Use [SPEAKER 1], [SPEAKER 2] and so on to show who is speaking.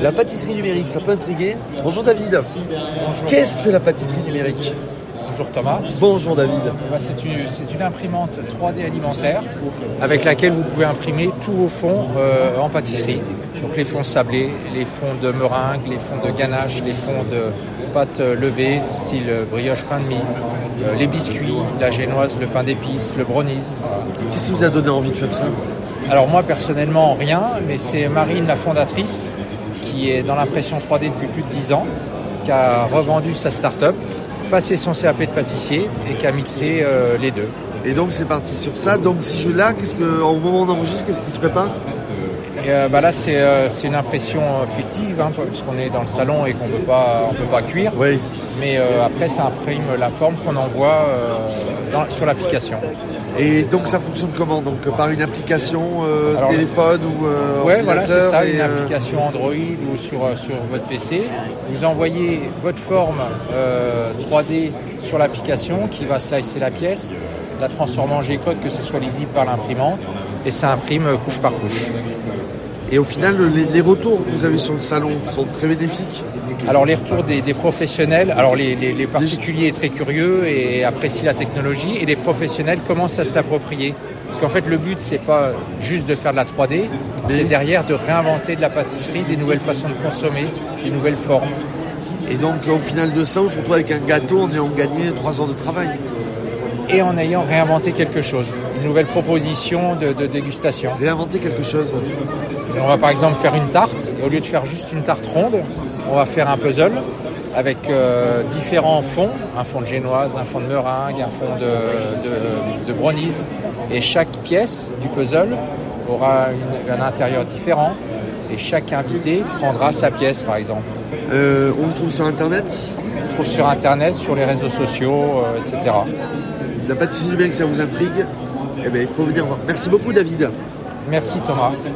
[SPEAKER 1] La pâtisserie numérique, ça peut intriguer. Bonjour David.
[SPEAKER 2] Bonjour.
[SPEAKER 1] Qu'est-ce que la pâtisserie numérique
[SPEAKER 2] Bonjour Thomas.
[SPEAKER 1] Bonjour David.
[SPEAKER 2] Eh ben, C'est une, c'est une imprimante 3D alimentaire avec laquelle vous pouvez imprimer tous vos fonds euh, en pâtisserie. Donc les fonds sablés, les fonds de meringue, les fonds de ganache, les fonds de pâte levée, style euh, brioche pain de mie, euh, les biscuits, la génoise, le pain d'épices, le brownies.
[SPEAKER 1] Qu'est-ce qui vous a donné envie de faire ça
[SPEAKER 2] Alors moi personnellement rien, mais c'est Marine la fondatrice qui est dans l'impression 3D depuis plus de 10 ans, qui a revendu sa start-up, passé son CAP de pâtissier et qui a mixé euh, les deux.
[SPEAKER 1] Et donc c'est parti sur ça. Donc si je là, qu'est-ce que au moment où on enregistre, qu'est-ce qui se prépare
[SPEAKER 2] Et euh, bah là c'est euh, c'est une impression euh, fictive hein, puisqu'on est dans le salon et qu'on peut pas on peut pas cuire.
[SPEAKER 1] Oui.
[SPEAKER 2] Mais euh, après ça imprime la forme qu'on envoie euh, dans- sur l'application.
[SPEAKER 1] Et donc ça fonctionne comment Donc euh, par une application euh,
[SPEAKER 2] Alors,
[SPEAKER 1] téléphone ou euh,
[SPEAKER 2] Ouais, voilà, c'est
[SPEAKER 1] ordinateur
[SPEAKER 2] ça,
[SPEAKER 1] et,
[SPEAKER 2] une
[SPEAKER 1] euh,
[SPEAKER 2] application Android ou sur, euh, sur votre PC. Vous envoyez votre forme euh, 3D sur l'application qui va slicer la pièce, la transformer en G-code, que ce soit lisible par l'imprimante, et ça imprime euh, couche par couche.
[SPEAKER 1] Et au final, le- les, les retours que vous avez sur le salon sont très bénéfiques.
[SPEAKER 2] Alors les retours des, des professionnels, alors les, les- les particuliers très curieux et apprécient la technologie et les professionnels commencent à se l'approprier. Parce qu'en fait le but c'est pas juste de faire de la 3D, c'est derrière de réinventer de la pâtisserie, des nouvelles façons de consommer, des nouvelles formes.
[SPEAKER 1] Et donc au final de ça, on se retrouve avec un gâteau en ayant gagné trois ans de travail.
[SPEAKER 2] Et en ayant réinventé quelque chose, une nouvelle proposition de, de dégustation.
[SPEAKER 1] Réinventer quelque chose.
[SPEAKER 2] Et On va par exemple faire une tarte, et au lieu de faire juste une tarte ronde, on va faire un puzzle avec euh, différents fonds, un fond de génoise, un fond de meringue, un fond de, de, de brownies. Et chaque pièce du puzzle aura une- un intérieur différent, et chaque invité prendra sa pièce par exemple.
[SPEAKER 1] Euh, on vous trouve sur internet.
[SPEAKER 2] On trouve sur internet, sur les réseaux sociaux, euh, etc.
[SPEAKER 1] ben, La pâtisserie du mec, ça vous intrigue Eh bien, il faut venir voir. Merci beaucoup, David.
[SPEAKER 2] Merci Thomas.